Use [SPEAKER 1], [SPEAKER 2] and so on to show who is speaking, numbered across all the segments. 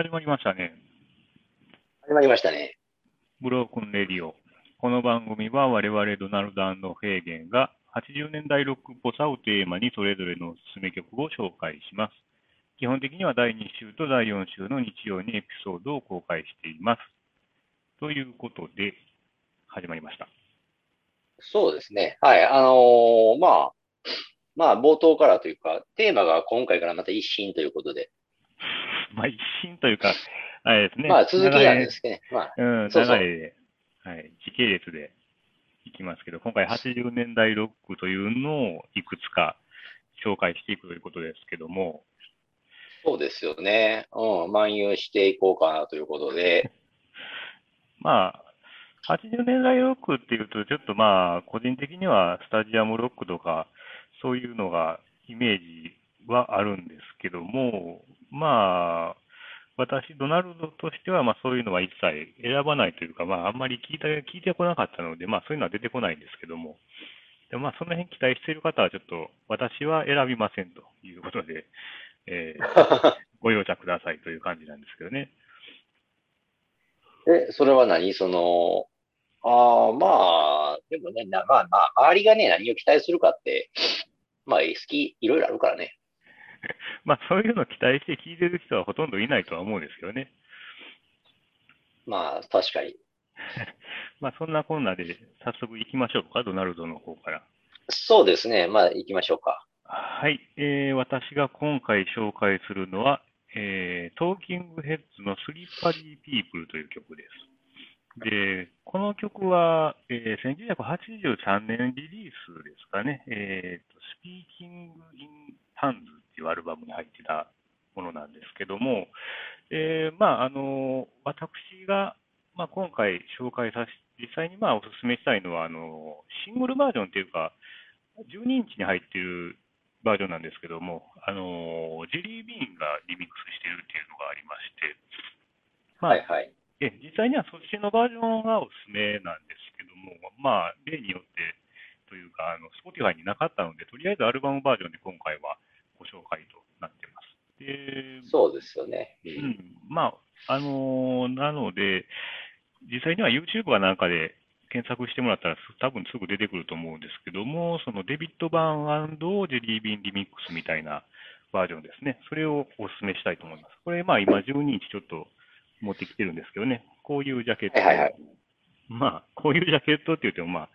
[SPEAKER 1] 始まりましたね。
[SPEAKER 2] 始まりましたね。
[SPEAKER 1] ブロークンレディオ。この番組は我々ドナルドヘーゲンが80年代ロックっぽさをテーマにそれぞれのおすすめ曲を紹介します。基本的には第2週と第4週の日曜にエピソードを公開しています。ということで、始まりました。
[SPEAKER 2] そうですね。はい。あのーまあ、まあ、冒頭からというか、テーマが今回からまた一新ということで、
[SPEAKER 1] まあ、一新というか、あれですね。
[SPEAKER 2] まあ、続きなんですけどね。まあ、
[SPEAKER 1] 流れ。うん、
[SPEAKER 2] そうそう
[SPEAKER 1] 流れで、はい、時系列でいきますけど、今回80年代ロックというのをいくつか紹介していくということですけども、
[SPEAKER 2] そうですよね。うん、漫遊していこうかなということで、
[SPEAKER 1] まあ、80年代ロックっていうと、ちょっとまあ、個人的にはスタジアムロックとか、そういうのがイメージはあるんですけども、まあ、私、ドナルドとしては、まあそういうのは一切選ばないというか、まああんまり聞いた、聞いてこなかったので、まあそういうのは出てこないんですけども、でもまあその辺期待している方はちょっと私は選びませんということで、えーご容赦くださいという感じなんですけどね。
[SPEAKER 2] え、それは何その、ああ、まあ、でもね、なまあまあ、周りがね、何を期待するかって、まあ、好き、いろいろあるからね。
[SPEAKER 1] まあそういうのを期待して聞いてる人はほとんどいないとは思うんですけどね。
[SPEAKER 2] まあ、確かに。
[SPEAKER 1] まあそんなこんなで早速行きましょうか、ドナルドの方から。
[SPEAKER 2] そうですね。まあ、行きましょうか。
[SPEAKER 1] はい、えー私が今回紹介するのは、えートーキングヘッズのスリッパリーピープルという曲です。で、この曲は、えー1983年リリースですかね、えーと、スピーキング・イン・タンズっていうアルバムに入ってたものなんですけども、えーまあ、あの、私が、まあ、今回紹介させ、実際にまあお勧めしたいのは、あの、シングルバージョンっていうか、12インチに入ってるバージョンなんですけども、あのジェリー・ビーンがリミックスしてるっていうのがありまして、まあ
[SPEAKER 2] はいはい。
[SPEAKER 1] え実際にはそっちのバージョンがおすすめなんですけども、まあ、例によってというか、あの Spotify になかったので、とりあえずアルバムバージョンで今回はご紹介となってます。で、
[SPEAKER 2] そうですよね。う
[SPEAKER 1] うんん、まあ、あのーなので、実際には YouTube かなんかで検索してもらったら、す多分すぐ出てくると思うんですけども、そのデビット版ジェリービーンリミックスみたいなバージョンですね。それをお勧めしたいと思います。これ、まあ今12インチちょっと持ってきてるんですけどね、こういうジャケット。
[SPEAKER 2] はいはいはい
[SPEAKER 1] まあ、こういうジャケットって言っても、まあ、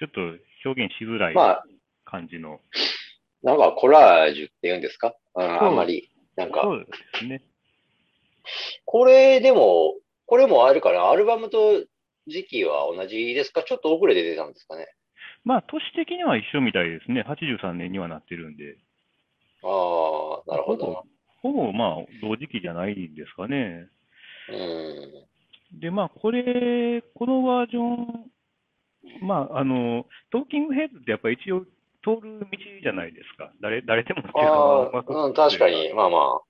[SPEAKER 1] ちょっと表現しづらい
[SPEAKER 2] まあ、
[SPEAKER 1] 感じの。
[SPEAKER 2] なんかコラージュって言うんですかうん
[SPEAKER 1] そう
[SPEAKER 2] あんまり。なんか
[SPEAKER 1] そ、うですね。
[SPEAKER 2] これでも、これもあるから、アルバムと時期は同じですかちょっと遅れて出たんですかね
[SPEAKER 1] まあ、都市的には一緒みたいですね。83年にはなってるんで。
[SPEAKER 2] ああ、なるほど。
[SPEAKER 1] ほぼまあ同時期じゃないんですかね。
[SPEAKER 2] うん。
[SPEAKER 1] で、まあ、これ、このバージョン、まあ、あの、トーキングヘッズってやっぱり一応通る道じゃないですか。誰、誰でもっていうか
[SPEAKER 2] あ
[SPEAKER 1] ま
[SPEAKER 2] あ、うん、確かに。。まあま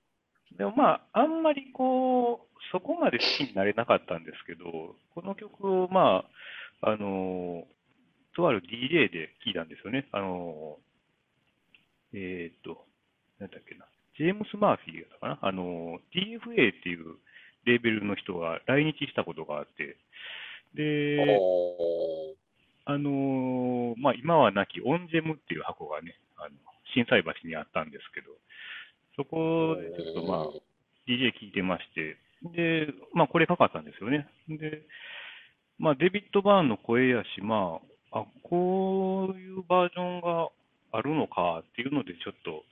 [SPEAKER 1] でもまあ、あんまりこう、そこまで好きになれなかったんですけど、この曲をまあ、あの、とある DJ で聴いたんですよね。あの、えーっと、なんだっけな、ジェームス・マーフィーだったかな、あの、DFA っていうレーベルの人が来日したことがあって、
[SPEAKER 2] あ。
[SPEAKER 1] で、
[SPEAKER 2] お
[SPEAKER 1] あのーまあ、今はなきオンジェムっていう箱がね、あの、心斎橋にあったんですけど、そこでちょっとまあ、DJ 聞いてまして、で、まあ、これかかったんですよね。で、まあ、デビッド・バーンの声やし、まあ、あ、こういうバージョンがあるのかっていうので、ちょっと、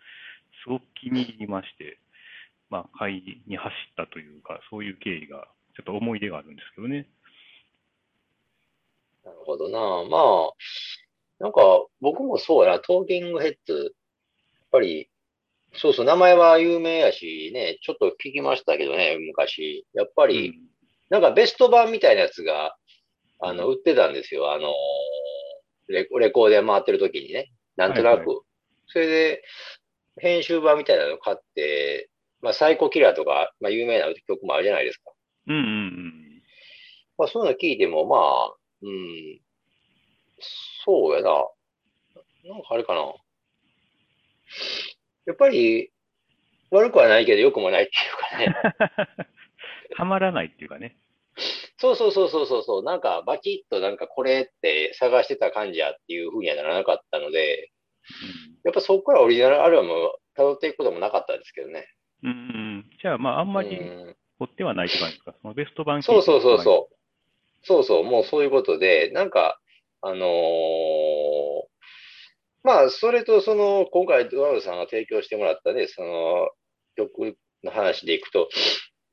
[SPEAKER 1] すごく気に入りまして、まあ、買いに走ったというか、そういう経緯が、ちょっと思い出があるんですけどね。
[SPEAKER 2] なるほどな。まあ、なんか、僕もそうやな。トーキングヘッズ、やっぱり、そうそう、名前は有名やし、ね、ちょっと聞きましたけどね、昔。やっぱ
[SPEAKER 1] う
[SPEAKER 2] り、
[SPEAKER 1] ん
[SPEAKER 2] なんかベスト版みたいなやつが、あの、売ってたんですよ。あのーレコ、レコーデ回ってる時にね。なんとな
[SPEAKER 1] はい
[SPEAKER 2] く。それで、編集版みたいなの買って、まあ、サイコキラーとか、まあ、有名な曲もあるじゃないですか。
[SPEAKER 1] うんうんうん。
[SPEAKER 2] まあ、そういうの聞いても、まあ、うん、そうやな。なんかあれかな。やっぱり、悪くはないけど、良くもないっていうかね。
[SPEAKER 1] はまらないっていうかね。
[SPEAKER 2] そうそうそうそうそうそう、なんかバキッとなんかこれって探してた感じやっていうふうにはならなかったので、やっぱそこからオリジナルアルバムを辿っていくこともなかったですけどね。
[SPEAKER 1] うん。うんうんじゃあ、まあ、あんまり
[SPEAKER 2] うん
[SPEAKER 1] 追ってはないって感じですか。そのベスト版
[SPEAKER 2] そうそうそう
[SPEAKER 1] う。
[SPEAKER 2] そう。そうそう、もうそういうことで、なんか、あのーまあ、それと、その、今回、ドラムさんが提供してもらったね、その、曲の話でいくと、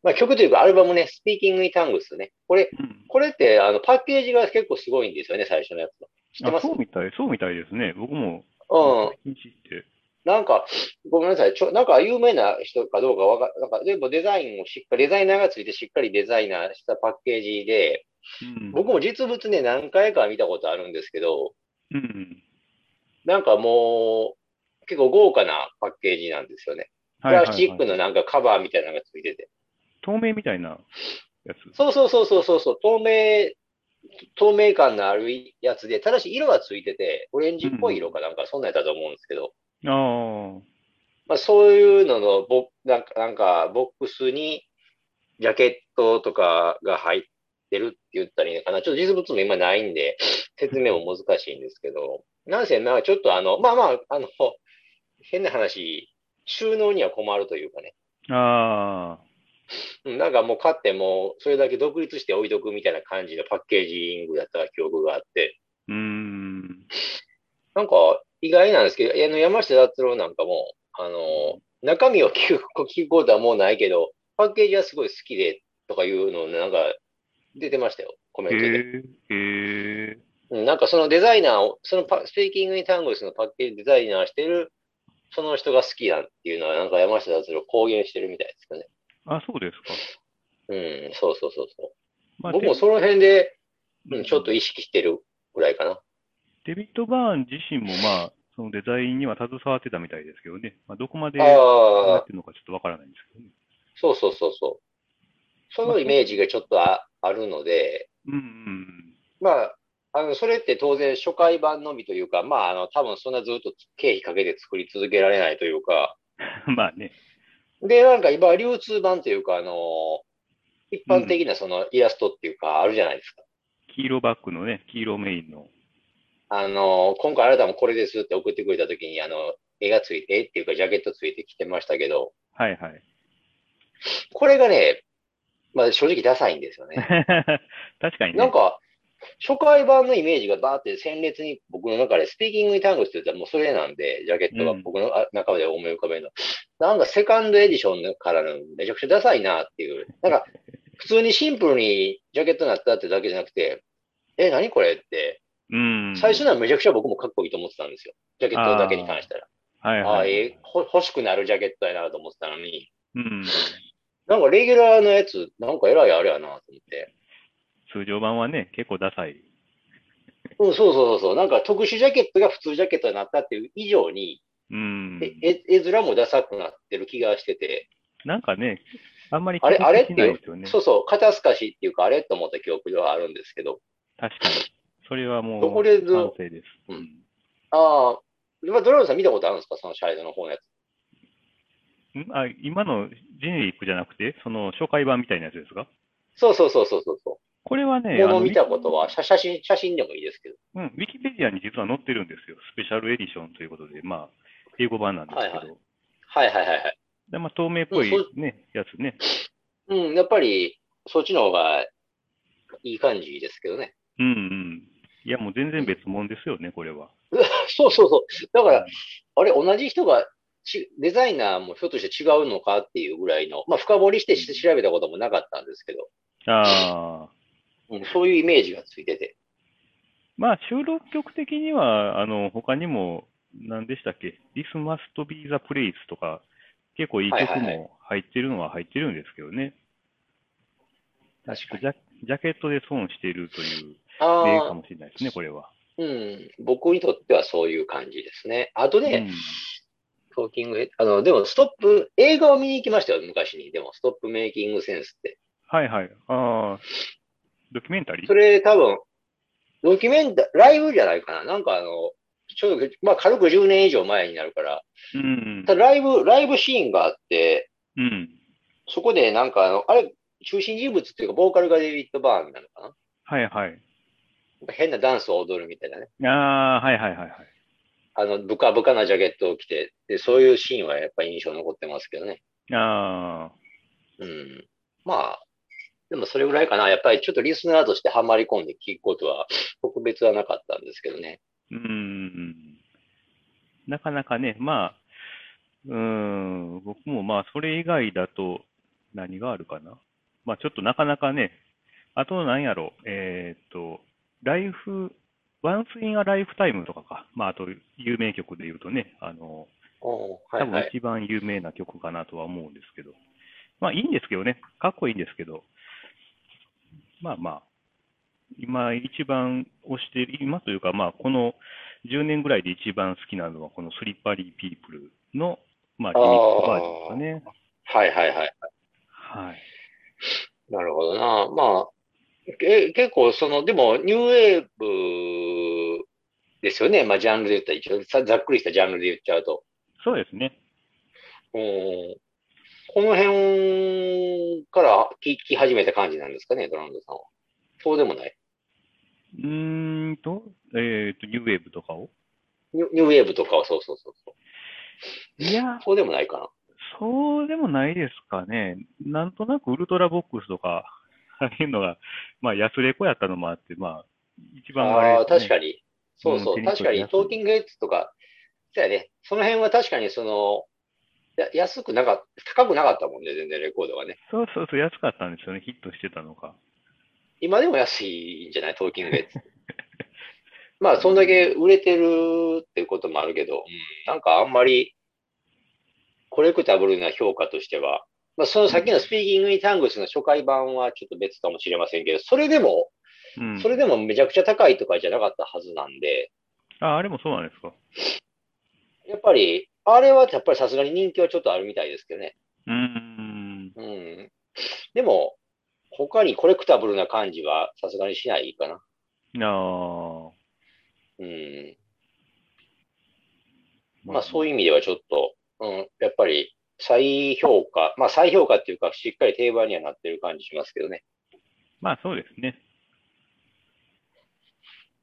[SPEAKER 2] まあ、曲というか、アルバムね、スピーキングイタングスね。これ、
[SPEAKER 1] うん
[SPEAKER 2] これって、あの、パッケージが結構すごいんですよね、最初のやつの。知ってま
[SPEAKER 1] あ
[SPEAKER 2] す
[SPEAKER 1] そうみたい、そうみたいですね。僕も、
[SPEAKER 2] うん。
[SPEAKER 1] 最近知って。
[SPEAKER 2] なんか、ごめんなさい。ちょ、なんか有名な人かどうかわか、なんか全部デザインをしっかり、デザイナーがついてしっかりデザイナーしたパッケージで、
[SPEAKER 1] うん
[SPEAKER 2] 僕も実物ね、何回か見たことあるんですけど、
[SPEAKER 1] うん。
[SPEAKER 2] なんかもう、結構豪華なパッケージなんですよね。プ
[SPEAKER 1] はいはい
[SPEAKER 2] ラ
[SPEAKER 1] は
[SPEAKER 2] ス
[SPEAKER 1] い
[SPEAKER 2] チックのなんかカバーみたいなのがついてて。
[SPEAKER 1] 透明みたいなやつ。
[SPEAKER 2] そうそうそうそうそうそう、透明、透明感のあるやつで、ただし色はついてて、オレンジっぽい色かなんか、そんなんやったと思うんですけど、
[SPEAKER 1] ああ。
[SPEAKER 2] まあそういうののボ、なんか、なんかボックスに、ジャケットとかが入ってるって言ったらいいのかな。ちょっと実物も今ないんで、説明も難しいんですけど、なんせ、まあちょっとあの、まあまあ、あの、変な話、収納には困るというかね。
[SPEAKER 1] ああ。
[SPEAKER 2] うんなんかもう買っても、それだけ独立して置いとくみたいな感じのパッケージングだった記憶があって、
[SPEAKER 1] うーん。
[SPEAKER 2] なんか意外なんですけど、あの山下達郎なんかも、あの、中身を聞く聞くことはもうないけど、パッケージはすごい好きでとかいうの、なんか出てましたよ、コメ
[SPEAKER 1] へ
[SPEAKER 2] ントで。
[SPEAKER 1] え。へえ。
[SPEAKER 2] うんなんかそのデザイナーを、そのパスピーキングインタングルスのパッケージデザイナーしてる、その人が好きなんっていうのは、なんか山下達郎公言してるみたいですよね。
[SPEAKER 1] あ、そうですか。
[SPEAKER 2] うん、そうそうそうそう。
[SPEAKER 1] まあ
[SPEAKER 2] 僕も
[SPEAKER 1] デ
[SPEAKER 2] その辺で、
[SPEAKER 1] う
[SPEAKER 2] うんん、ちょっと意識してるぐらいかな。
[SPEAKER 1] デビッド・バーン自身も、まあ、そのデザインには携わってたみたいですけどね。まあ、どこまでやっ
[SPEAKER 2] ああ、
[SPEAKER 1] てるのかちょっとわからないんですけどね。
[SPEAKER 2] そうそうそうそう。そのイメージがちょっとああるので、
[SPEAKER 1] うんうん。
[SPEAKER 2] まあ、あの、それって当然初回版のみというか、まあ、あの、多分そんなずっと経費かけて作り続けられないというか、
[SPEAKER 1] まあね。
[SPEAKER 2] で、なんか今、流通版というか、あの、一般的なそのイラストっていうか、あるじゃないですか。
[SPEAKER 1] 黄色バックのね、黄色メインの。
[SPEAKER 2] あの、今回あなたもこれですって送ってくれた時に、あの、絵がついて、絵っていうか、ジャケットついてきてましたけど、
[SPEAKER 1] はいはい。
[SPEAKER 2] これがね、まあ正直ダサいんですよね。
[SPEAKER 1] 確かにね。
[SPEAKER 2] なんか、初回版のイメージがバーって鮮烈に僕の中で、スピーキングに単語してたらもうそれなんで、ジャケットが
[SPEAKER 1] うん
[SPEAKER 2] 僕のあ中で思い浮かべるの。なんかセカンドエディションからのめちゃくちゃダサいなっていう。なんか、普通にシンプルにジャケットになったってだけじゃなくて、え、何これって、
[SPEAKER 1] うん。
[SPEAKER 2] 最初のはめちゃくちゃ僕もかっこいいと思ってたんですよ。ジャケットだけに関したら。
[SPEAKER 1] はい
[SPEAKER 2] ああ、
[SPEAKER 1] はい。
[SPEAKER 2] ええほ欲しくなるジャケットやなと思ってたのに、
[SPEAKER 1] うん。
[SPEAKER 2] なんかレギュラーのやつ、なんかえらいあれやなと思って。
[SPEAKER 1] 通常版はね、結構ダサい。
[SPEAKER 2] うん、そうそうそうそう。なんか特殊ジャケットが普通ジャケットになったっていう以上に、
[SPEAKER 1] うん。
[SPEAKER 2] え絵絵面もダサくなってる気がしてて、
[SPEAKER 1] なんかね、あんまり
[SPEAKER 2] あれあれって
[SPEAKER 1] 気にしないですよね。
[SPEAKER 2] そうそう、肩透かしっていうか、あれと思った記憶ではあるんですけど、
[SPEAKER 1] 確かに。それはもう、
[SPEAKER 2] とりあえず
[SPEAKER 1] 完成です。
[SPEAKER 2] うん
[SPEAKER 1] うん
[SPEAKER 2] ああ、まあドラムさん見たことあるんですかそのシャイドの方のやつ。
[SPEAKER 1] んあ今のジェネリックじゃなくて、その初回版みたいなやつですか
[SPEAKER 2] そうそうそうそうそうそ
[SPEAKER 1] これは
[SPEAKER 2] う。
[SPEAKER 1] ね、
[SPEAKER 2] も
[SPEAKER 1] あ
[SPEAKER 2] の
[SPEAKER 1] の
[SPEAKER 2] 見たことは写、写真、写真でもいいですけど。
[SPEAKER 1] ウィキうん、ウィキペディアに実は載ってるんですよ。スペシャルエディションということで、まあ、英語版なんですけど。
[SPEAKER 2] はいはいはいはいはい。
[SPEAKER 1] でまあ、透明っぽい、
[SPEAKER 2] うん
[SPEAKER 1] ね、やつね。
[SPEAKER 2] うん、やっぱり、そっちの方がいい感じですけどね。
[SPEAKER 1] うんうん。いや、もう全然別物ですよね、これは。
[SPEAKER 2] そうそうそう。だから、
[SPEAKER 1] うん
[SPEAKER 2] あれ、同じ人がち、デザイナーもひょっとして違うのかっていうぐらいの、まあ、深掘りしてし調べたこともなかったんですけど、
[SPEAKER 1] ああ。
[SPEAKER 2] うん、そういうイメージがついてて。
[SPEAKER 1] まあ、収録曲的には、あの、他にも、何でしたっけ、This Must Be the Place とか、結構いい曲
[SPEAKER 2] はいはい
[SPEAKER 1] も入ってるのは入ってるんですけどね。
[SPEAKER 2] 確かに
[SPEAKER 1] ジャジャケットで損しているという例か
[SPEAKER 2] ああ、
[SPEAKER 1] もしれないですね、これは。
[SPEAKER 2] うん、僕にとってはそういう感じですね。あと
[SPEAKER 1] うん
[SPEAKER 2] ね、トーキングヘッあの、でもストップ、映画を見に行きましたよ、昔に。でも、ストップメイキングセンスって。
[SPEAKER 1] はいはい。ああ、ドキュメンタリー
[SPEAKER 2] それ多分、ドキュメンタ、ライブじゃないかな。なんかあの、ちょうど、まあ、軽く10年以上前になるから、
[SPEAKER 1] うん
[SPEAKER 2] ただライブ、ライブシーンがあって、
[SPEAKER 1] うん。
[SPEAKER 2] そこでなんかあの、あれ、中心人物っていうか、ボーカルがデビッド・バーンなのかな
[SPEAKER 1] はいはい。
[SPEAKER 2] なんか変なダンスを踊るみたいなね。
[SPEAKER 1] ああ、はいはいはいはい。
[SPEAKER 2] あの、ブカブカなジャケットを着て、で、そういうシーンはやっぱ印象残ってますけどね。
[SPEAKER 1] あ
[SPEAKER 2] うん。まあ、でもそれぐらいかな。やっぱりちょっとリスナーとしてハマり込んで聞くことは 特別はなかったんですけどね。
[SPEAKER 1] ーうーん。なかなかね、まあ、うーん、僕もまあ、それ以外だと何があるかな。まあ、ちょっとなかなかね、あと何やろう、えーっと、ライフ、ワンスインアライフタイムとかか。まあ、あと、有名曲で言うとね、あの、
[SPEAKER 2] おは
[SPEAKER 1] 多
[SPEAKER 2] いは
[SPEAKER 1] 分
[SPEAKER 2] い。
[SPEAKER 1] 一番有名な曲かなとは思うんですけど、まあいいんですけどね、かっこいいんですけど、まあまあ、今一番推している、今というか、まあこの10年ぐらいで一番好きなのは、このスリッパリーピープルの、まあ、リミックバージョンですかね。
[SPEAKER 2] はいはいはい。
[SPEAKER 1] はい。
[SPEAKER 2] なるほどな。まあ、え結構その、でもニューウェーブですよね。まあジャンルで言ったら一応、ざざっくりしたジャンルで言っちゃうと。
[SPEAKER 1] そうですね。
[SPEAKER 2] うんこの辺から聞き始めた感じなんですかね、ドランドさんは。そうでもない。
[SPEAKER 1] うーんと、えっ、と、ニューウェーブとかを。
[SPEAKER 2] ニュニューウェーブとかはそうそうそうそう。
[SPEAKER 1] いや、
[SPEAKER 2] そうでもないかな。
[SPEAKER 1] そうでもないですかね。なんとなくウルトラボックスとか、ああいうのが、まあ、安レコやったのもあって、まあ、一番あれ
[SPEAKER 2] ああー、
[SPEAKER 1] です
[SPEAKER 2] 確
[SPEAKER 1] ね
[SPEAKER 2] かに。そうそうう。
[SPEAKER 1] ん
[SPEAKER 2] 確かに、
[SPEAKER 1] 手に取りやすい
[SPEAKER 2] トーキングヘッズとか、そうやね。その辺は確かに、その、や安くなかった、高くなかったもんね、全然レコードはね。
[SPEAKER 1] そうそうそう、安かったんですよね。ヒットしてたのか。
[SPEAKER 2] 今でも安いんじゃないトーキングヘッズ。 まあ、そんだけ売れてるっていうこともあるけど、なんかあんまりコレクタブルな評価としては、まあ、その先のスピーキング・イン・タングスの初回版はちょっと別かもしれませんけど、それでも、
[SPEAKER 1] うん。
[SPEAKER 2] それでもめちゃくちゃ高いとかじゃなかったはずなんで、
[SPEAKER 1] あ、あれもそうなんですか。
[SPEAKER 2] やっぱり、あれはやっぱりさすがに人気はちょっとあるみたいですけどね。
[SPEAKER 1] うーん。
[SPEAKER 2] うん。でも、他にコレクタブルな感じはさすがにしないかな。
[SPEAKER 1] なあ。
[SPEAKER 2] うん。まあそういう意味ではちょっと、うん、やっぱり再評価、まあ再評価っていうか、しっかり定番にはなってる感じしますけどね。
[SPEAKER 1] まあそうですね。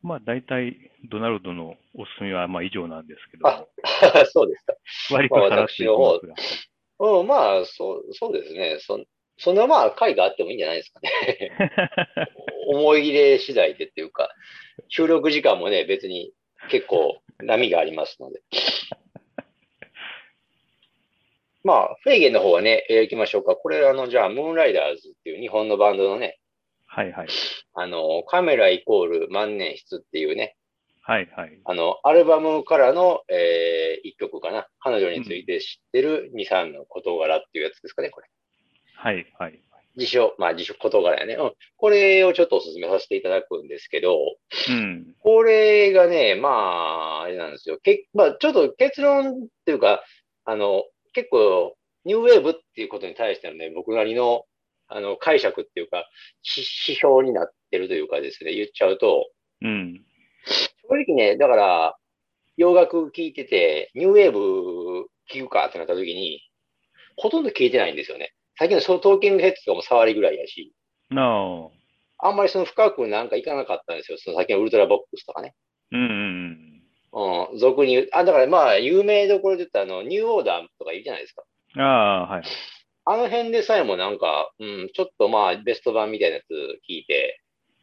[SPEAKER 1] まあ大体、ドナルドのおすすめはまあ以上なんですけど
[SPEAKER 2] あ
[SPEAKER 1] も、
[SPEAKER 2] そうですか。
[SPEAKER 1] 割とさらっといきますが。
[SPEAKER 2] うん、まあ、そう、そうですね。そそんなまあ回があってもいいんじゃないですかね。 思い入れ次第でっていうか、収録時間もね、別に結構波がありますので。まあ、フェーゲンの方はね、えー行きましょうか。これ、あの、じゃあ、ムーンライダーズっていう日本のバンドのね、
[SPEAKER 1] はいはい。
[SPEAKER 2] あの、カメライコール万年筆っていうね、
[SPEAKER 1] はいはい。
[SPEAKER 2] あの、アルバムからの、えー一曲かな。彼女について知ってる2、3の事柄っていうやつですかね、これ。
[SPEAKER 1] はいはい。
[SPEAKER 2] 辞書、まあ辞書事柄やね。うん。これをちょっとお勧めさせていただくんですけど、
[SPEAKER 1] うん。
[SPEAKER 2] これがね、まあ、あれなんですよ。けまあ、ちょっと結論っていうか、あの、結構、ニューウェーブっていうことに対してのね、僕なりの、あの、解釈っていうか、指指標になってるというかですね、言っちゃうと、
[SPEAKER 1] うん。
[SPEAKER 2] 正直ね、だから、洋楽聴いてて、ニューウェーブ聴くかってなった時に、ほとんど聴いてないんですよね。最近のそのトーキングヘッドとかも触りぐらいやし、
[SPEAKER 1] なあ。
[SPEAKER 2] あんまりその深くなんかいかなかったんですよ。その先のウルトラボックスとかね。
[SPEAKER 1] うんうん
[SPEAKER 2] うん、俗に言う。あ、だからまあ、有名どころで言ったら、あの、ニューオーダーとかいるじゃないですか。
[SPEAKER 1] うん。ああ、はい。
[SPEAKER 2] あの辺でさえもなんか、うん、ちょっとまあ、ベスト版みたいなやつ聞いて、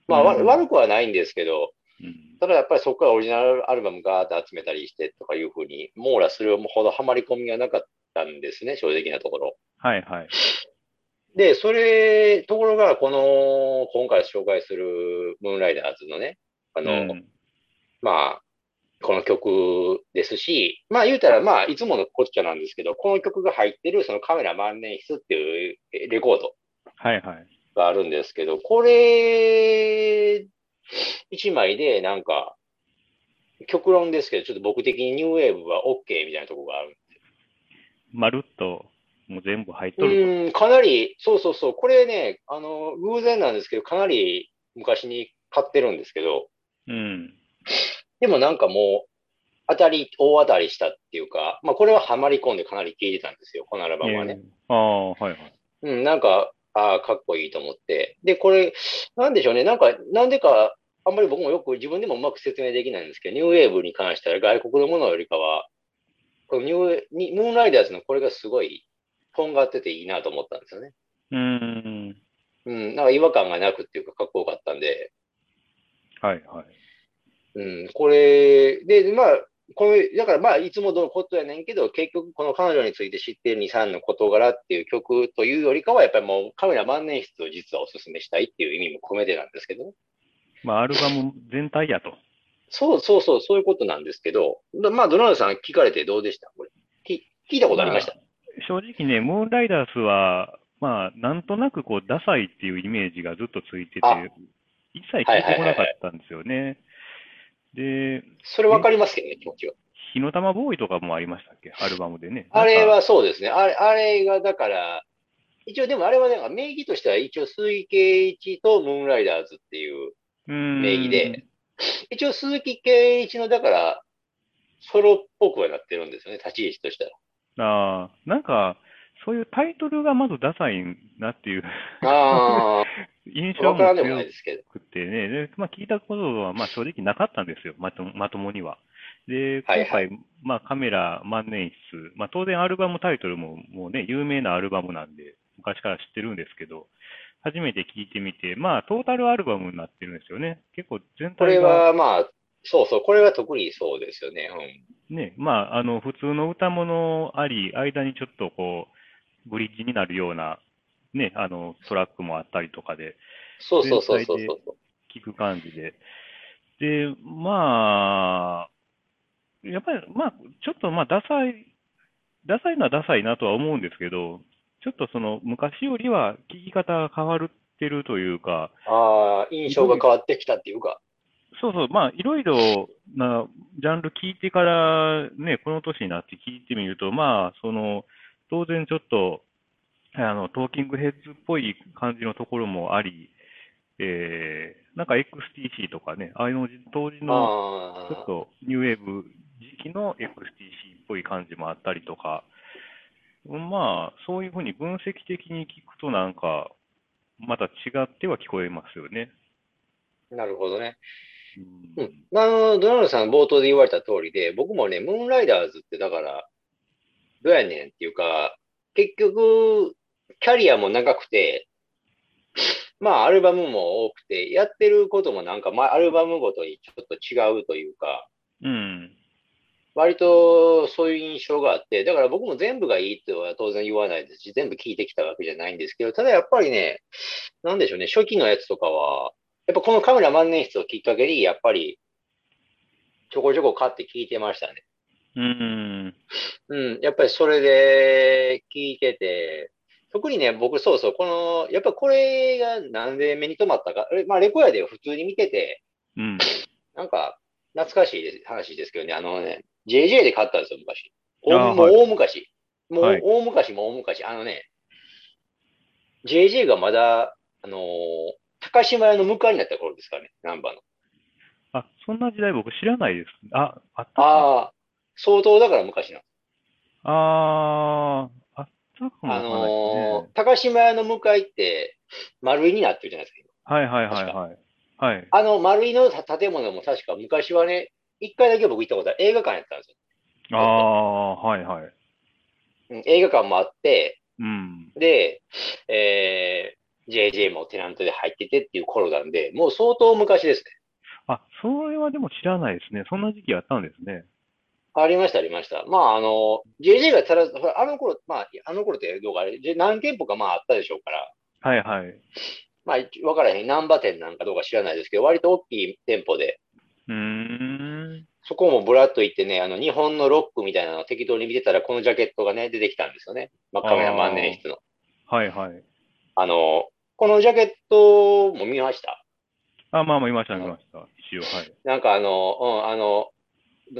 [SPEAKER 2] まあ、わ
[SPEAKER 1] うん
[SPEAKER 2] 悪くはないんですけど、
[SPEAKER 1] うん
[SPEAKER 2] ただやっぱりそこからオリジナルアルバムガーッと集めたりしてとかいうふうに、網羅するほどハマり込みがなかったんですね、正直なところ。
[SPEAKER 1] はいはい。
[SPEAKER 2] で、それ、ところが、この、今回紹介するムーンライダーズのね、あの、
[SPEAKER 1] うん
[SPEAKER 2] まあ、この曲ですし、まあ言うたら、まあ、いつものこっちゃなんですけど、この曲が入ってる、そのカメラ万年筆っていうえレコード
[SPEAKER 1] はいはい。
[SPEAKER 2] があるんですけど、これ、一枚でなんか、極論ですけど、ちょっと僕的にニューウェーブは OK みたいなところがある。
[SPEAKER 1] まるっと、もう全部入っとると。
[SPEAKER 2] うん、かなり、そうそうそう、これね、あの、偶然なんですけど、かなり昔に買ってるんですけど、
[SPEAKER 1] うん。
[SPEAKER 2] でもなんかもう、当たり、大当たりしたっていうか、まあこれはハマり込んでかなり聴いてたんですよ、このアルバムはね。
[SPEAKER 1] えーああ、はいはい。
[SPEAKER 2] うん、なんか、ああ、かっこいいと思って。で、これ、なんでしょうね。なんか、なんでか、あんまり僕もよく自分でもうまく説明できないんですけど、ニューウェーブに関しては外国のものよりかは、このニューウェニムーンライダーズのこれがすごい、とんがってていいなと思ったんですよね。
[SPEAKER 1] うーん。
[SPEAKER 2] うん、なんか違和感がなくっていうか、かっこよかったんで、
[SPEAKER 1] はいはい。
[SPEAKER 2] うん、これ、で、まあ、これ、だからまあ、いつもどのことやねんけど、結局、この彼女について知っている2、3の事柄っていう曲というよりかは、やっぱりもう、カメラ万年筆を実はお勧めしたいっていう意味も込めてなんですけどね。
[SPEAKER 1] まあ、アルバム全体やと。
[SPEAKER 2] そうそうそう、そういうことなんですけど、だまあ、ドナルドさん聞かれてどうでしたこれ。き聞いたことありました。
[SPEAKER 1] 正直ね、ムーンライダースは、まあ、なんとなくこう、ダサいっていうイメージがずっとついてて
[SPEAKER 2] あ、
[SPEAKER 1] 一切聞いてこなかったんですよね。で、
[SPEAKER 2] それわかりますけどね、気持ちは。
[SPEAKER 1] 火の玉ボーイとかもありましたっけアルバムでね。
[SPEAKER 2] あれ
[SPEAKER 1] なんか、
[SPEAKER 2] はそうですね。あれ、あれがだから、一応でもあれはなんか名義としては一応鈴木圭一とムーンライダーズっていう、
[SPEAKER 1] うーん
[SPEAKER 2] 名義で。一応鈴木圭一のだから、ソロっぽくはなってるんですよね、立ち位置としては。
[SPEAKER 1] ああ、なんか、そういうタイトルがまずダサいなって いう
[SPEAKER 2] あ
[SPEAKER 1] 印
[SPEAKER 2] あ、
[SPEAKER 1] 象
[SPEAKER 2] わ
[SPEAKER 1] も
[SPEAKER 2] からんでもな
[SPEAKER 1] 強
[SPEAKER 2] いですけど。
[SPEAKER 1] くてね、でまあ、聞いたことはまあ正直なかったんですよ、まとまともには。で、
[SPEAKER 2] はい
[SPEAKER 1] 今回、まあ、カメラ万年筆、まあ、当然アルバムタイトルももうね、有名なアルバムなんで、昔から知ってるんですけど、初めて聞いてみて、まあ、トータルアルバムになってるんですよね。結構全
[SPEAKER 2] これ
[SPEAKER 1] 体が、
[SPEAKER 2] はまあ、そうそう、これは特にそうですよね。うん。
[SPEAKER 1] ね、まあ、あの、普通の歌物あり、間にちょっとこう、ブリッジになるような、ね、あの、トラックもあったりとかで、
[SPEAKER 2] そうそうそうそう
[SPEAKER 1] 全
[SPEAKER 2] そう
[SPEAKER 1] 体。聞く感じで。で、まあ、やっぱり、まあ、ちょっとまあ、ダサい、ダサいのはダサいなとは思うんですけど、ちょっとその、昔よりは聞き方が変わってるというか、
[SPEAKER 2] ああ、印象が変わってきたっていうか。
[SPEAKER 1] そうそう、まあ、いろいろなジャンル聞いてから、ね、この年になって聞いてみると、まあ、その、当然ちょっと、あの、トーキングヘッズっぽい感じのところもあり、えー、なんか XTC とかね、ああいうの当時のちょ
[SPEAKER 2] あ
[SPEAKER 1] っ
[SPEAKER 2] あ、
[SPEAKER 1] とニューウェーブ時期の XTC っぽい感じもあったりとか、まあ、そういうふうに分析的に聞くとなんか、また違っては聞こえますよね。
[SPEAKER 2] なるほどね。
[SPEAKER 1] うん
[SPEAKER 2] うん。あの、ドナルドさん冒頭で言われた通りで、僕もね、ムーンライダーズってだから、どうやねんっていうか、結局、キャリアも長くて、まあ、アルバムも多くて、やってることもなんか、まあ、アルバムごとにちょっと違うというか、
[SPEAKER 1] うん。
[SPEAKER 2] 割とそういう印象があって、だから僕も全部がいいとは当然言わないですし、全部聞いてきたわけじゃないんですけど、ただやっぱりね、なんでしょうね、初期のやつとかは、やっぱこのカメラ万年筆をきっかけに、やっぱり、ちょこちょこ買って聞いてましたね。
[SPEAKER 1] うん。
[SPEAKER 2] うん、やっぱりそれで聞いてて、特にね、僕そうそう、この、やっぱこれがなんで目に留まったか、えまあレコヤで普通に見てて、
[SPEAKER 1] うん。
[SPEAKER 2] なんか懐かしいです話ですけどね、あのね、JJ で買ったんですよ、昔。
[SPEAKER 1] あ
[SPEAKER 2] 大
[SPEAKER 1] ー
[SPEAKER 2] もう
[SPEAKER 1] はい
[SPEAKER 2] 大昔。もう
[SPEAKER 1] はい
[SPEAKER 2] 大昔も大昔。あのね、JJ がまだ、あのー高島屋の向かいになった頃ですからね、ナンバーの。
[SPEAKER 1] あ、そんな時代僕知らないです。あ、あったか。
[SPEAKER 2] ああ、相当だから昔の。
[SPEAKER 1] ああ、あったかも
[SPEAKER 2] あ
[SPEAKER 1] わからないです
[SPEAKER 2] の
[SPEAKER 1] ね
[SPEAKER 2] ー。高島屋の向かいって丸いになってるじゃないですか。
[SPEAKER 1] はいはいはいはい。はい。
[SPEAKER 2] あの丸いの建物も確か昔はね、一回だけ僕行ったことある映画館やったんですよ。
[SPEAKER 1] ああ、はいはい。
[SPEAKER 2] うん映画館もあって、
[SPEAKER 1] うん。
[SPEAKER 2] で、えー JJ もテナントで入っててっていう頃なんで、もう相当昔ですね。
[SPEAKER 1] あ、それはでも知らないですね。そんな時期あったんですね。
[SPEAKER 2] ありました、ありました。まあ、あの、JJ がたら、ほらあの頃、まあ、あの頃ってどうかあれ、で何店舗かまああったでしょうから、
[SPEAKER 1] はいはい。
[SPEAKER 2] まあ、一わからへん、難波店なんかどうか知らないですけど、割と大きい店舗で、
[SPEAKER 1] うーん。
[SPEAKER 2] そこもブラッと行ってね、あの、日本のロックみたいなのを適当に見てたら、このジャケットがね、出てきたんですよね。まあ、カメラ万年筆の。
[SPEAKER 1] はいはい。
[SPEAKER 2] あの、このジャケットも見ました。
[SPEAKER 1] あ、まあまあ、見ました、見ました。一応、はい。
[SPEAKER 2] なんかあの、うん、あの、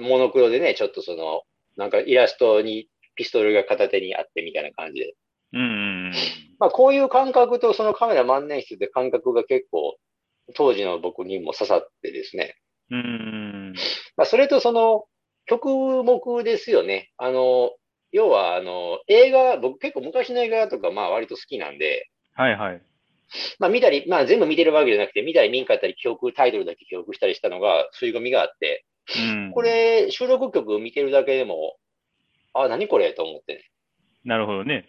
[SPEAKER 2] モノクロでね、ちょっとその、なんかイラストにピストルが片手にあってみたいな感じで。
[SPEAKER 1] うんうんうん。
[SPEAKER 2] まあこういう感覚とそのカメラ万年筆って感覚が結構当時の僕にも刺さってですね。
[SPEAKER 1] うんうんうん。
[SPEAKER 2] まあそれとその曲目ですよね。あの、要はあの、映画、僕結構昔の映画とかまあ割と好きなんで、
[SPEAKER 1] はいはい。
[SPEAKER 2] まあ見たり、まあ全部見てるわけじゃなくて、見たり見んかったり、記憶、タイトルだけ記憶したりしたのが、吸い込みがあって、
[SPEAKER 1] うん。
[SPEAKER 2] これ、収録曲見てるだけでも、あ、何これと思ってね。
[SPEAKER 1] なるほどね。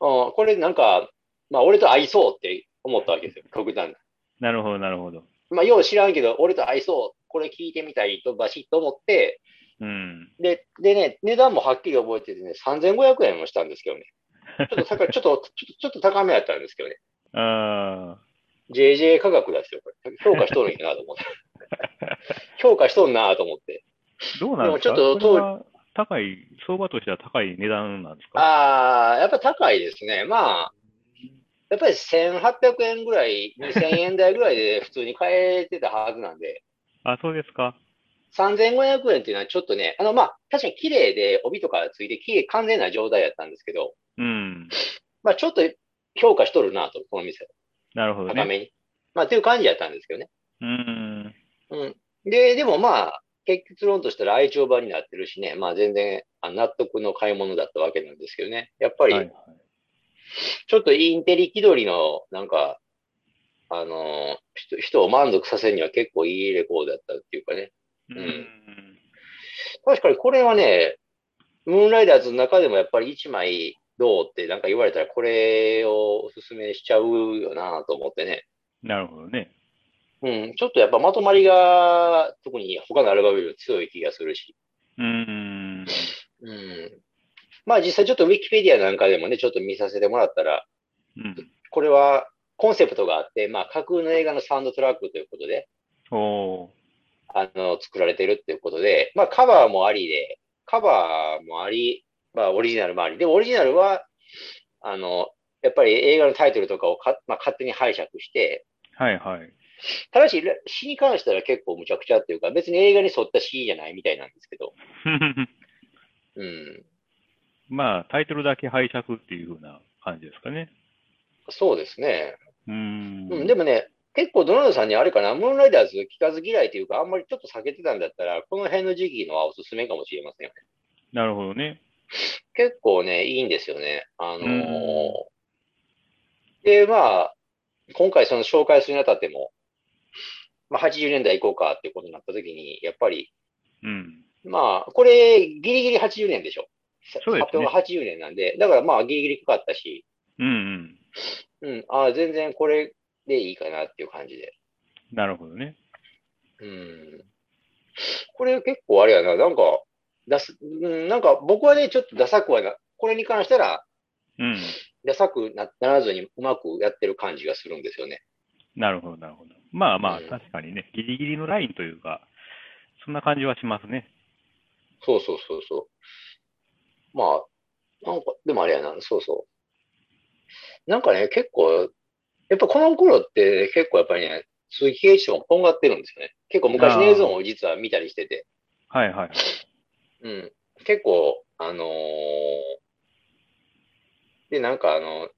[SPEAKER 2] うん、これなんか、まあ俺と合いそうって思ったわけですよ、極端な。
[SPEAKER 1] なるほど、なるほど。
[SPEAKER 2] まあよう知らんけど、俺と合いそう、これ聞いてみたいとバシッと思って、
[SPEAKER 1] うん。
[SPEAKER 2] で、でね、値段もはっきり覚えててね、3500円もしたんですけどね。ちょっと高い、ちょっと、ちょっとちょっと高めだったんですけどね。
[SPEAKER 1] ああ、
[SPEAKER 2] JJ 価格ですよ、これ。評価しとるんやな と思って。評価しとんなと思って。
[SPEAKER 1] どうなんですか
[SPEAKER 2] でもちょっと
[SPEAKER 1] これは高い、相場としては高い値段なんですか
[SPEAKER 2] ああ、やっぱ高いですね。まあ、やっぱり1800円ぐらい、2000円台ぐら いで普通に買えてたはずなんで、
[SPEAKER 1] あ、そうですか。
[SPEAKER 2] 3500円っていうのはちょっとね、あの、まあ、確かに綺麗で帯とかついて、綺麗、完全な状態やったんですけど、
[SPEAKER 1] うん。
[SPEAKER 2] まあ、ちょっと評価しとるなと、この店、
[SPEAKER 1] なるほど
[SPEAKER 2] 高
[SPEAKER 1] ね。
[SPEAKER 2] めに。まあ、っていう感じやったんですけどね。
[SPEAKER 1] うん。
[SPEAKER 2] うん。で、でもまあ、結論としたら愛情版になってるしね、まあ全然あ納得の買い物だったわけなんですけどね。やっぱ
[SPEAKER 1] は
[SPEAKER 2] り、
[SPEAKER 1] いはい。
[SPEAKER 2] ちょっとインテリ気取りの、なんか、あのー人、人を満足させるには結構いいレコードだったっていうかね。
[SPEAKER 1] うん
[SPEAKER 2] 確かにこれはね、ムーンライダーズの中でもやっぱり一枚どうってなんか言われたらこれをおすすめしちゃうよなと思ってね。
[SPEAKER 1] なるほどね。
[SPEAKER 2] うん、ちょっとやっぱまとまりが特に他のアルバムより強い気がするし。
[SPEAKER 1] うん。
[SPEAKER 2] うん。まあ実際ちょっとウィキペディアなんかでもね、ちょっと見させてもらったら、
[SPEAKER 1] うん。
[SPEAKER 2] これはコンセプトがあって、まあ架空の映画のサウンドトラックということで、
[SPEAKER 1] おー。
[SPEAKER 2] あの、作られてるっていうことで、まあカバーもありで、カバーもあり、まあオリジナルもあり。で、オリジナルは、あの、やっぱり映画のタイトルとかをか、まあ、勝手に拝借して、
[SPEAKER 1] はいはい。
[SPEAKER 2] ただし、詩に関しては結構むちゃくちゃっていうか、別に映画に沿った詩じゃないみたいなんですけど、うん、
[SPEAKER 1] まあ、タイトルだけ拝借っていう風な感じですかね。
[SPEAKER 2] そうですね。
[SPEAKER 1] うん。
[SPEAKER 2] うん、でもね、結構ドナルドさんにあれかな、ムーンライダーズ聞かず嫌いというか、あんまりちょっと避けてたんだったら、この辺の時期のはおすすめかもしれませんよね。
[SPEAKER 1] なるほどね。
[SPEAKER 2] 結構ね、いいんですよね。あの
[SPEAKER 1] う
[SPEAKER 2] ー
[SPEAKER 1] ん
[SPEAKER 2] で、まあ、今回その紹介するにあたっても、まあ、80年代行こうかってことになった時に、やっぱり、
[SPEAKER 1] うん。
[SPEAKER 2] まあ、これ、ギリギリ80年でしょ。
[SPEAKER 1] そうですね
[SPEAKER 2] 発表が80年なんで、だからまあ、ギリギリかかったし、
[SPEAKER 1] うんうん。
[SPEAKER 2] うん、ああ、全然これでいいかなっていう感じで。
[SPEAKER 1] なるほどね。
[SPEAKER 2] うんこれ結構あれやな、なんか、出す、うん、なんか僕はね、ちょっとダサくはな、これに関したら、
[SPEAKER 1] うん。
[SPEAKER 2] ダサくなならずにうまくやってる感じがするんですよね。
[SPEAKER 1] なるほど、なるほど。まあまあ、
[SPEAKER 2] うん
[SPEAKER 1] 確かにね、ギリギリのラインというか、そんな感じはしますね。
[SPEAKER 2] そうそうそうそう。まあ、なんか、でもあれやな、そうそう。なんかね、結構、やっぱこの頃って結構やっぱりね、鈴木栄一もこんがってるんですよね。結構昔の映像も実は見たりしてて。
[SPEAKER 1] はいはい。
[SPEAKER 2] うん。結構、あのーで、なんかあの、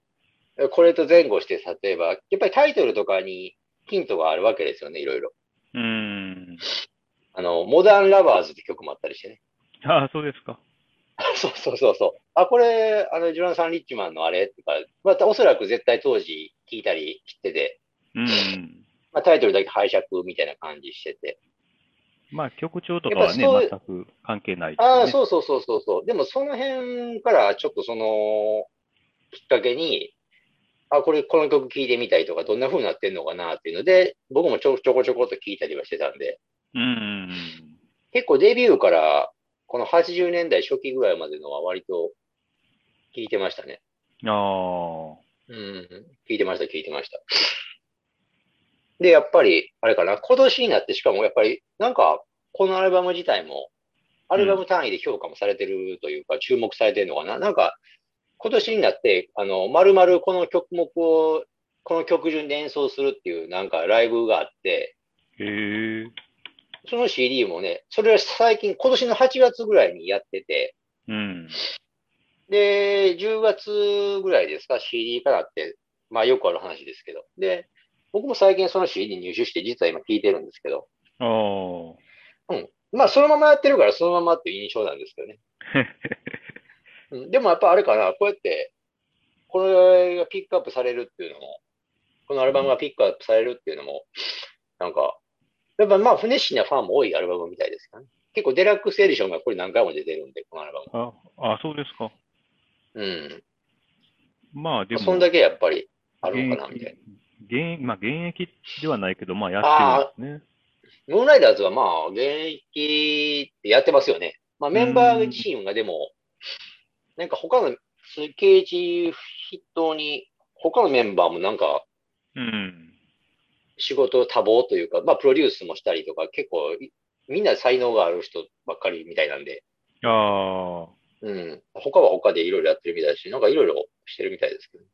[SPEAKER 2] これと前後して、例えば、やっぱりタイトルとかにヒントがあるわけですよね、いろいろ。
[SPEAKER 1] うーん。
[SPEAKER 2] あの、モダンラバーズって曲もあったりしてね。
[SPEAKER 1] ああ、そうですか。
[SPEAKER 2] そうそうそうそう。あ、これ、あの、ジョナサン・リッチマンのあれとか、またおそらく絶対当時聞いたりしてて、
[SPEAKER 1] うん。
[SPEAKER 2] まあ、タイトルだけ拝借みたいな感じしてて。
[SPEAKER 1] まあ、曲調とかはね、
[SPEAKER 2] やっぱそう
[SPEAKER 1] 全く関係ないですよね。
[SPEAKER 2] ああ、そうそうそうそうそう。でもその辺からちょっとそのきっかけに、あ、これこの曲聴いてみたいとか、どんな風になってんのかなっていうので、僕もちょちょこちょこっと聴いたりはしてたんで、
[SPEAKER 1] うんうん
[SPEAKER 2] 結構デビューからこの80年代初期ぐらいまでのは割と聴いてましたね。
[SPEAKER 1] うん。ああ。
[SPEAKER 2] うん、聴いてました、聴いてました。で、やっぱり、あれかな、今年になってしかもやっぱり、なんか、このアルバム自体も、アルバム単位で評価もされてるというか、注目されてるのかな。なんか、今年になって、あの、まるまるこの曲目を、この曲順で演奏するっていう、なんかライブがあって、
[SPEAKER 1] へえ。
[SPEAKER 2] その CD もね、それは最近、今年の8月ぐらいにやってて、
[SPEAKER 1] うん。
[SPEAKER 2] で、10月ぐらいですか、CD からって、まあよくある話ですけど。で、僕も最近その CD 入手して、実は今聴いてるんですけど、
[SPEAKER 1] ああ。
[SPEAKER 2] まあそのままやってるからそのま まっていう印象なんですけどね。うんでもやっぱあれかな、こうやって、これがピックアップされるっていうのも、このアルバムがピックアップされるっていうのも、なんか、やっぱまあ、不熱心なファンも多いアルバムみたいですからね。結構デラックスエディションがこれ何回も出てるんで、このアルバム。
[SPEAKER 1] あ、あ、そうですか。
[SPEAKER 2] うん。
[SPEAKER 1] まあ、でも、
[SPEAKER 2] そんだけやっぱりあるのかな、みたいな。
[SPEAKER 1] 現役、まあ、現役ではないけど、まあ、やってるんですね。
[SPEAKER 2] ムーンライダーズはまあ、現役ってやってますよね。まあ、メンバー自身がでも、なんか他の、スケージ筆頭に、他のメンバーもなんか
[SPEAKER 1] うん。
[SPEAKER 2] 仕事多忙というか、まあ、プロデュースもしたりとか、結構い、みんな才能がある人ばっかりみたいなんで、
[SPEAKER 1] ああ、
[SPEAKER 2] うん。他は他でいろいろやってるみたいだし、なんかいろいろしてるみたいですけど。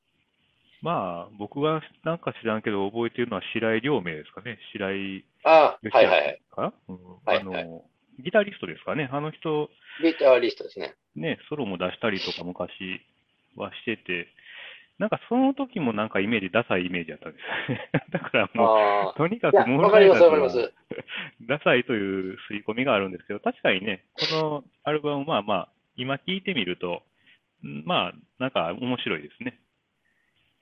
[SPEAKER 1] まあ、僕はなんか知らんけど、覚えてるのは白井亮明ですかね。白井
[SPEAKER 2] あ
[SPEAKER 1] 良
[SPEAKER 2] あ、はい はいはい。
[SPEAKER 1] 明か、うん
[SPEAKER 2] はい
[SPEAKER 1] あの、
[SPEAKER 2] はい
[SPEAKER 1] ギタリストですかね。あの人、
[SPEAKER 2] ギターリストですね。
[SPEAKER 1] ね、ソロも出したりとか昔はしてて、なんかその時もなんかイメージ、ダサいイメージだったんですよね。 だからも
[SPEAKER 2] あ
[SPEAKER 1] う、とにか
[SPEAKER 2] あ。い
[SPEAKER 1] く
[SPEAKER 2] や、
[SPEAKER 1] モ
[SPEAKER 2] わ
[SPEAKER 1] ー
[SPEAKER 2] か
[SPEAKER 1] ラ
[SPEAKER 2] り
[SPEAKER 1] イダ
[SPEAKER 2] ま
[SPEAKER 1] ーズ
[SPEAKER 2] すわかります。
[SPEAKER 1] はダサいという吸い込みがあるんですけど、確かにね、このアルバムはまあ、今聴いてみると、んまあ、なんか面白いですね。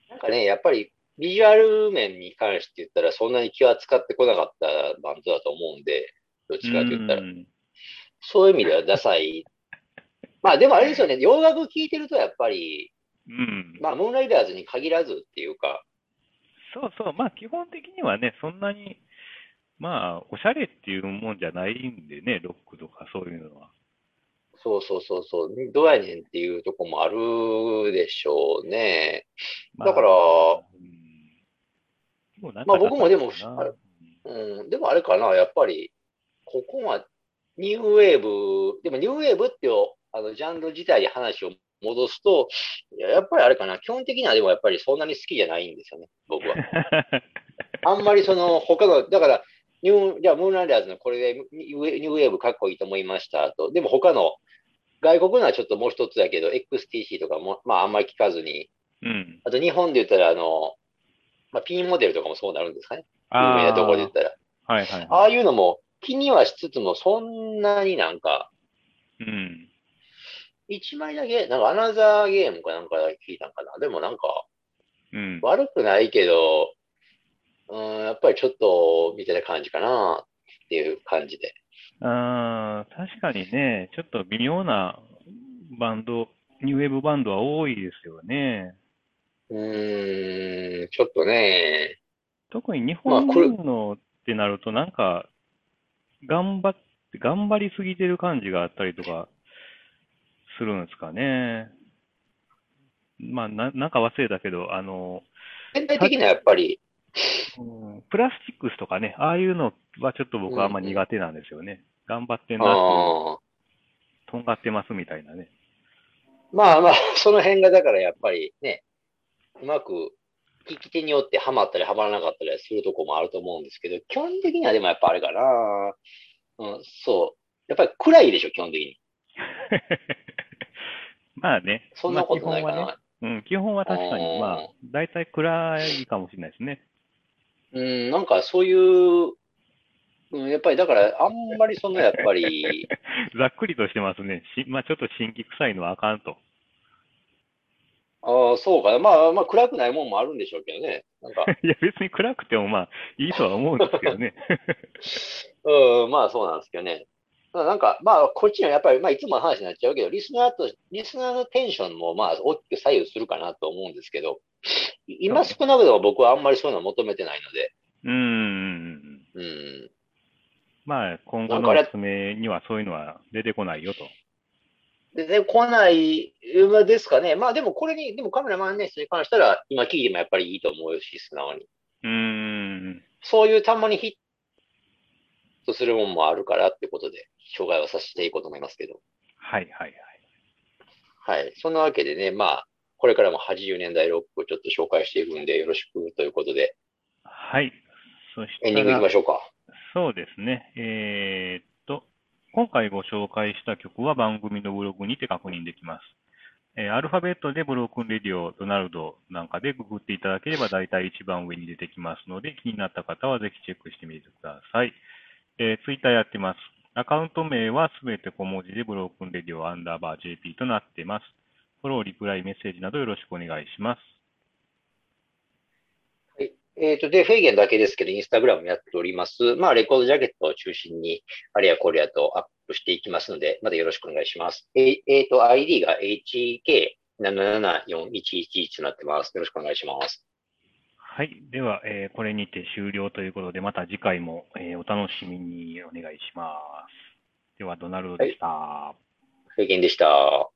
[SPEAKER 2] なんかね、やっぱりビジュアル面に関して言ったら、そんなに気は使ってこなかったバンドだと思うんで、どっちかって言ったら
[SPEAKER 1] う。ん
[SPEAKER 2] そういう意味ではダサい。 まあでもあれですよね、洋楽聴いてるとやっぱり、
[SPEAKER 1] うん。
[SPEAKER 2] まあ、ムーンライダーズに限らずっていうか、
[SPEAKER 1] そうそう、まあ基本的にはね、そんなに、まあ、おしゃれっていうもんじゃないんでね、ロックとかそういうのは。
[SPEAKER 2] そうそうそうそう、どうやねんっていうとこもあるでしょうね。
[SPEAKER 1] まあ
[SPEAKER 2] だから
[SPEAKER 1] うんでもなんか
[SPEAKER 2] まあ僕もで
[SPEAKER 1] な
[SPEAKER 2] も
[SPEAKER 1] んかな
[SPEAKER 2] あれうん、でもあれかな、やっぱり、ここはニューウェーブ、でもニューウェーブっていうあのジャンル自体に話を戻すと、いややっぱりあれかな、基本的にはでもやっぱりそんなに好きじゃないんですよね、僕は。あんまりその他の、だから、ニュー、じゃあ、ムーンライダーズのこれでニューニューウェーブかっこいいと思いましたと。でも他の、外国のはちょっともう一つだけど、XTC とかも、まああんまり聞かずに。
[SPEAKER 1] うん。
[SPEAKER 2] あと日本で言ったら、あの、まあピンモデルとかもそうなるんですかね。有
[SPEAKER 1] あ
[SPEAKER 2] 名なところで
[SPEAKER 1] ー
[SPEAKER 2] 言ったら。
[SPEAKER 1] はいはい
[SPEAKER 2] あ
[SPEAKER 1] は
[SPEAKER 2] あいうのも気にはしつつも、そんなになんか、
[SPEAKER 1] い。うん。
[SPEAKER 2] 一枚だけ、なんかアナザーゲームかなんか聞いたんかな。でもなんか、
[SPEAKER 1] うん。
[SPEAKER 2] 悪くないけど、うん、やっぱりちょっと、みたいな感じかな、っていう感じで。
[SPEAKER 1] あー確かにね、ちょっと微妙なバンド、ニューウェーブバンドは多いですよね。
[SPEAKER 2] うーん、ちょっとね、
[SPEAKER 1] 特に日
[SPEAKER 2] まあ
[SPEAKER 1] 本
[SPEAKER 2] これ
[SPEAKER 1] のってなると、なんか、頑張って、頑張りすぎてる感じがあったりとかするんですかね。まあ、な、なんか忘れたけど、あの、
[SPEAKER 2] 全体的にはやっぱり、
[SPEAKER 1] うんプラスチックスとかね、ああいうのはちょっと僕はあんま
[SPEAKER 2] うんうん
[SPEAKER 1] 苦手なんですよね。頑張ってんなって、
[SPEAKER 2] あ
[SPEAKER 1] とんがってますみたいなね。
[SPEAKER 2] ーまあまあ、その辺がだからやっぱりね、うまく聞き手によってハマったりハマらなかったりはするとこもあると思うんですけど、基本的にはでもやっぱあれかな、うん、そう。やっぱり暗いでしょ、基本的に。
[SPEAKER 1] まあね、
[SPEAKER 2] そんなことないかな。
[SPEAKER 1] まあ基本はね、うん、基本は確か
[SPEAKER 2] う
[SPEAKER 1] に、
[SPEAKER 2] ん
[SPEAKER 1] まあ、大体暗いかもしれないですね。
[SPEAKER 2] うん、なんかそういう、うん、やっぱりだから、あんまりそのやっぱり、
[SPEAKER 1] ざっくりとしてますね。しまあ、ちょっと新規臭いのはあかんと。
[SPEAKER 2] ああ、そうかな。まあまあ暗くないもんもあるんでしょうけどね。なんか、
[SPEAKER 1] いや、別に暗くてもまあ、いいとは思うんですけど ね。
[SPEAKER 2] うん、まあそうなんですけどね。まあなんか、まあこっちにはやっぱり、まあいつもの話になっちゃうけど、リスナーと、リスナーのテンションもまあ大きく左右するかなと思うんですけど、い今少なくとも僕はあんまりそういうの求めてないので、
[SPEAKER 1] うーん。
[SPEAKER 2] うん。
[SPEAKER 1] まあ、今後
[SPEAKER 2] なんか
[SPEAKER 1] の
[SPEAKER 2] あれ
[SPEAKER 1] おすすめにはそういうのは出てこないよと。
[SPEAKER 2] で、で来ない、まあですかね。まあでもこれに、でもカメラマンの人に関したら、今聞いてもやっぱりいいと思うし、素直に。
[SPEAKER 1] うーん。
[SPEAKER 2] そういうたまにヒットするもんもあるからってことで、紹介をさせていこうと思いますけど。
[SPEAKER 1] はいはいはい。
[SPEAKER 2] はい。そんなわけでね、まあ、これからも80年代ロックをちょっと紹介していくんで、よろしくということで、
[SPEAKER 1] はい。そし
[SPEAKER 2] エン
[SPEAKER 1] た
[SPEAKER 2] ディングい
[SPEAKER 1] ら
[SPEAKER 2] きま、しょうか。
[SPEAKER 1] そうですね。えーっと、今回ご紹介した曲は番組のブログにて確認できます。えーアルファベットでブロークンレディオ、ドナルドなんかでググっていただければ大体一番上に出てきますので、気になった方はぜひチェックしてみてください。えツイッター Twitter やってます。アカウント名はすべて小文字でブロークンレディオアンダーバー JP となってます。フォロー、リプライ、メッセージなどよろしくお願いします。
[SPEAKER 2] えっ、と、で、フェイゲンだけですけど、インスタグラムやっております。まあ、レコードジャケットを中心に、あれやこれやとアップしていきますので、まだよろしくお願いします。ええっ、と、ID が HK774111 となってます。よろしくお願いします。
[SPEAKER 1] はい。では、えーこれにて終了ということで、また次回も、えーお楽しみにお願いします。では、ドナルドでした。
[SPEAKER 2] フェイゲンでした。